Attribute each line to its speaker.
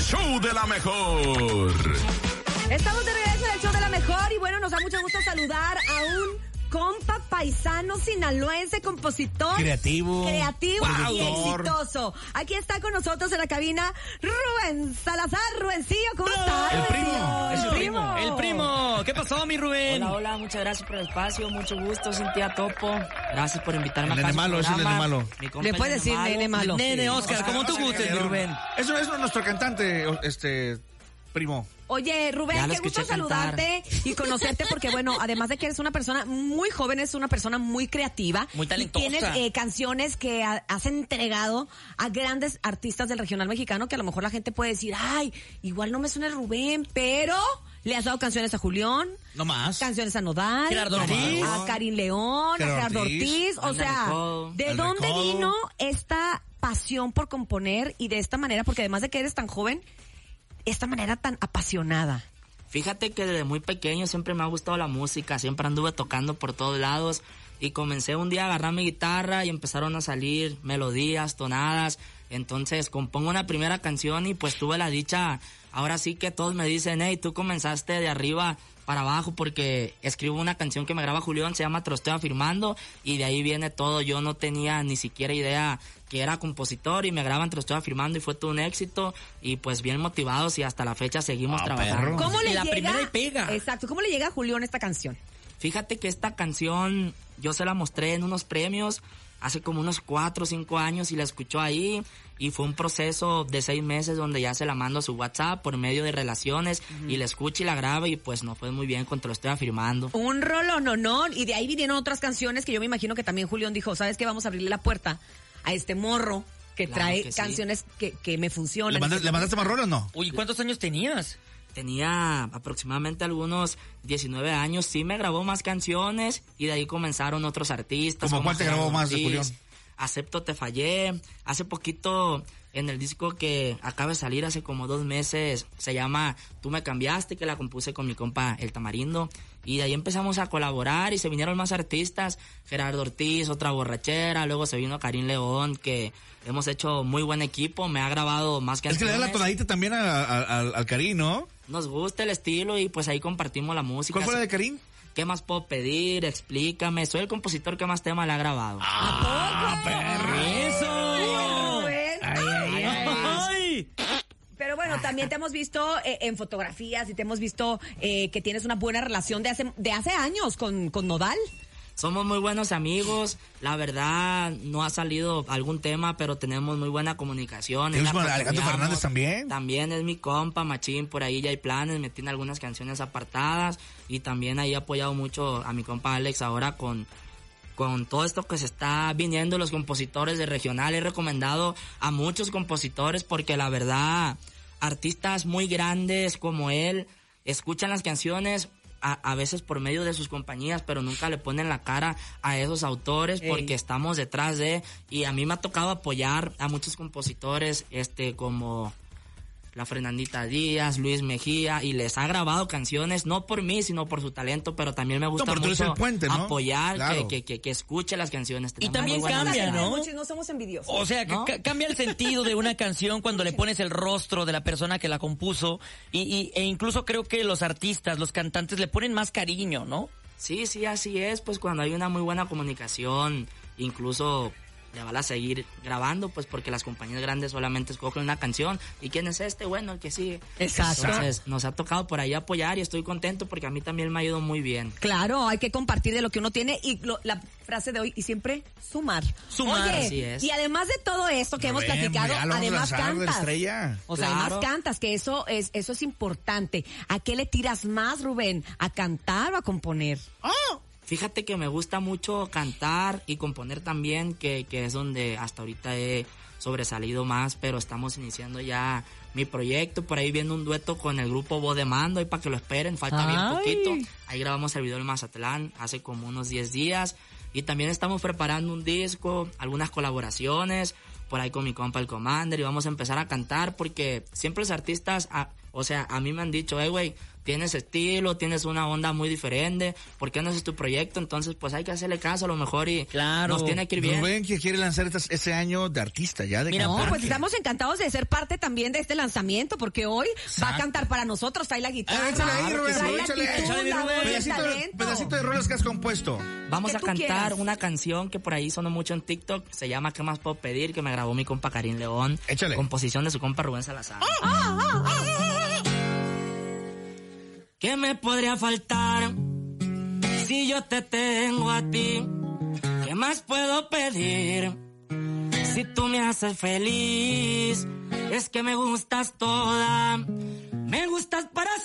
Speaker 1: show de la mejor.
Speaker 2: Estamos de regreso en el show de la mejor y bueno, nos da mucho gusto saludar a un compa paisano sinaloense, compositor.
Speaker 3: Creativo.
Speaker 2: Creativo y
Speaker 3: Productor.
Speaker 2: exitoso. Aquí está con nosotros en la cabina Rubén Salazar. Rubencillo, ¿cómo estás?
Speaker 3: El primo, es el primo.
Speaker 4: El primo, ¿qué pasó, mi Rubén?
Speaker 5: Hola, hola, muchas gracias por el espacio, mucho gusto, Cintia Topo. Gracias por invitarme
Speaker 3: El
Speaker 5: acá
Speaker 3: nene
Speaker 5: a su
Speaker 3: malo, es el
Speaker 5: programa.
Speaker 3: nene malo.
Speaker 5: Mi compa
Speaker 2: Le
Speaker 5: el
Speaker 2: puedes decir nene malo.
Speaker 4: Nene, Oscar, como tú
Speaker 3: Oscar
Speaker 4: gustes, mi
Speaker 3: Guerrero.
Speaker 4: Rubén.
Speaker 3: Eso es nuestro cantante, o- este, primo.
Speaker 2: Oye, Rubén,
Speaker 5: Ya lo
Speaker 2: qué gusto
Speaker 5: escuché cantar.
Speaker 2: saludarte y conocerte porque, bueno, además de que eres una persona muy joven, es una persona muy creativa.
Speaker 4: Muy talentosa.
Speaker 2: Y tienes eh, canciones que ha- has entregado a grandes artistas del regional mexicano que a lo mejor la gente puede decir, ay, igual no me suena Rubén, pero le has dado canciones a Julián.
Speaker 4: No más.
Speaker 2: Canciones a Nodal,
Speaker 4: Gerardo Ortiz.
Speaker 2: a Karim León, a
Speaker 3: Gerardo
Speaker 2: Gerardo Ortiz,
Speaker 3: Ortiz.
Speaker 2: o sea,
Speaker 5: Recodo.
Speaker 2: ¿de
Speaker 3: Al
Speaker 2: dónde
Speaker 3: Recodo.
Speaker 2: vino esta pasión por componer y de esta manera? Porque además de que eres tan joven, esta manera tan apasionada.
Speaker 5: Fíjate que desde muy pequeño siempre me ha gustado la música, siempre anduve tocando por todos lados y comencé un día a agarrar mi guitarra y empezaron a salir melodías, tonadas. Entonces compongo una primera canción y pues tuve la dicha, ahora sí que todos me dicen, hey, tú comenzaste de arriba para abajo porque escribo una canción que me graba Julián, se llama Trosteo Afirmando y de ahí viene todo. Yo no tenía ni siquiera idea que era compositor y me graban Trosteo Afirmando y fue todo un éxito y pues bien motivados y hasta la fecha seguimos
Speaker 3: Ah,
Speaker 5: trabajando.
Speaker 3: perro.
Speaker 2: ¿Cómo le
Speaker 4: Y la
Speaker 2: llega?
Speaker 4: primera y pega.
Speaker 2: Exacto. ¿Cómo le llega a Julián esta canción?
Speaker 5: Fíjate que esta canción yo se la mostré en unos premios hace como unos cuatro o cinco años y la escuchó ahí y fue un proceso de seis meses donde ya se la mando a su WhatsApp por medio de relaciones y la escucha y la graba y pues no fue muy bien contra lo estoy afirmando.
Speaker 2: Un rollo no, no. Y de ahí vinieron otras canciones que yo me imagino que también Julián dijo, ¿sabes qué? Vamos a abrirle la puerta a este morro que
Speaker 5: Claro
Speaker 2: trae
Speaker 5: que sí.
Speaker 2: canciones que, que me funcionan.
Speaker 3: ¿Le, mandas- le mandaste más rol o no?
Speaker 4: Uy, ¿cuántos años tenías?
Speaker 5: Tenía aproximadamente algunos 19 años, sí me grabó más canciones y de ahí comenzaron otros artistas.
Speaker 3: ¿Cómo cuál te
Speaker 5: Gerardo
Speaker 3: grabó más de
Speaker 5: Ortiz,
Speaker 3: Julián?
Speaker 5: Acepto Te Fallé. Hace poquito en el disco que acaba de salir hace como dos meses se llama Tú me cambiaste, que la compuse con mi compa El Tamarindo. Y de ahí empezamos a colaborar y se vinieron más artistas. Gerardo Ortiz, otra borrachera. Luego se vino Karim León, que hemos hecho muy buen equipo. Me ha grabado más
Speaker 3: Es que
Speaker 5: canciones.
Speaker 3: le da la tonadita también a- a- al, al Karim, ¿no?
Speaker 5: Nos gusta el estilo y pues ahí compartimos la música.
Speaker 3: ¿Cuál fue la de Karim?
Speaker 5: ¿Qué más puedo pedir? Explícame. Soy el compositor que más temas le ha grabado.
Speaker 2: ¿A poco?
Speaker 4: ¡Eso!
Speaker 2: Rubén. Ay,
Speaker 4: ¡Ay!
Speaker 2: Pero bueno, también te hemos visto eh, en fotografías y te hemos visto eh, que tienes una buena relación de hace, de hace años con, con Nodal.
Speaker 5: Somos muy buenos amigos. La verdad, no ha salido algún tema, pero tenemos muy buena comunicación.
Speaker 3: Tienes
Speaker 5: Es la
Speaker 3: con
Speaker 5: que
Speaker 3: Alejandro
Speaker 5: estudiamos.
Speaker 3: Fernández también.
Speaker 5: También es mi compa, Machín. Por ahí ya hay planes. Me tiene algunas canciones apartadas. Y también ahí he apoyado mucho a mi compa Alex ahora con, con todo esto que se está viniendo los compositores de regional. He recomendado a muchos compositores porque la verdad, artistas muy grandes como él escuchan las canciones. A, a veces por medio de sus compañías, pero nunca le ponen la cara a esos autores
Speaker 2: Ey.
Speaker 5: porque estamos detrás de... Y a mí me ha tocado apoyar a muchos compositores, este, como la Fernandita Díaz, Luis Mejía, y les ha grabado canciones, no por mí, sino por su talento, pero también me gusta
Speaker 3: pero tú eres
Speaker 5: mucho
Speaker 3: el puente, ¿no?
Speaker 5: apoyar que-
Speaker 3: Claro.
Speaker 5: que, que- que escuche las canciones.
Speaker 4: Y
Speaker 5: Tenemos
Speaker 4: también
Speaker 5: muy buena
Speaker 4: cambia,
Speaker 5: amistad.
Speaker 4: ¿no?
Speaker 2: No somos envidiosos.
Speaker 4: O sea,
Speaker 5: ¿No?
Speaker 4: ca- cambia el sentido de una canción cuando le pones el rostro de la persona que la compuso y, y- e incluso creo que los artistas, los cantantes le ponen más cariño, ¿no?
Speaker 5: Sí, sí, así es, pues cuando hay una muy buena comunicación, incluso le van a seguir grabando, pues porque las compañías grandes solamente escogen una canción. ¿Y quién es este? Bueno, el que sigue.
Speaker 2: Exacto.
Speaker 5: Entonces, nos ha tocado por ahí apoyar y estoy contento porque a mí también me ha ido muy bien.
Speaker 2: Claro, hay que compartir de lo que uno tiene y lo- la frase de hoy y siempre sumar.
Speaker 4: Sumar,
Speaker 2: Oye,
Speaker 5: así es.
Speaker 2: Y además de todo esto que hemos
Speaker 3: Ven,
Speaker 2: platicado,
Speaker 3: ya lo vamos a
Speaker 2: además
Speaker 3: lanzar de la
Speaker 2: cantas.
Speaker 3: estrella.
Speaker 2: O sea,
Speaker 5: Claro.
Speaker 2: además cantas, que eso es eso es importante. ¿A qué le tiras más, Rubén? ¿A cantar o a componer?
Speaker 5: Fíjate que me gusta mucho cantar y componer también, que, que es donde hasta ahorita he sobresalido más, pero estamos iniciando ya mi proyecto. Por ahí viendo un dueto con el grupo Voz de Mando, y para que lo esperen, falta
Speaker 4: Ay.
Speaker 5: bien poquito. Ahí grabamos el video en Mazatlán hace como unos 10 días. Y también estamos preparando un disco, algunas colaboraciones, por ahí con mi compa el Commander, y vamos a empezar a cantar porque siempre los artistas, a- O sea, a mí me han dicho, hey, güey, tienes estilo, tienes una onda muy diferente, ¿por qué no haces tu proyecto? Entonces, pues hay que hacerle caso a lo mejor y
Speaker 4: Claro.
Speaker 5: nos tiene que ir bien.
Speaker 3: Rubén que quiere lanzar estas- ese año de artista ya de
Speaker 4: Mira,
Speaker 2: No,
Speaker 3: cantante.
Speaker 2: pues estamos encantados de ser parte también de este lanzamiento, porque hoy va a
Speaker 4: Exacto.
Speaker 2: cantar para nosotros, trae la
Speaker 3: Ah,
Speaker 2: guitarra,
Speaker 3: échale ahí, Rubén,
Speaker 2: trae la
Speaker 3: échale.
Speaker 2: actitud,
Speaker 4: Échale,
Speaker 2: la
Speaker 4: Rubén.
Speaker 2: voz, el
Speaker 3: Pedacito, de-
Speaker 2: talento.
Speaker 3: pedacito de rolas que has compuesto.
Speaker 5: Vamos
Speaker 2: que
Speaker 5: a
Speaker 2: tú
Speaker 5: cantar
Speaker 2: quieras.
Speaker 5: una canción que por ahí sonó mucho en TikTok, se llama ¿Qué más puedo pedir? que me grabó mi compa Karim León.
Speaker 3: Échale.
Speaker 5: Composición de su compa Rubén Salazar.
Speaker 2: ¡Ah!
Speaker 5: ¿Qué me podría faltar si yo te tengo a ti? ¿Qué más puedo pedir? Si tú me haces feliz, es que me gustas toda. Me gustas para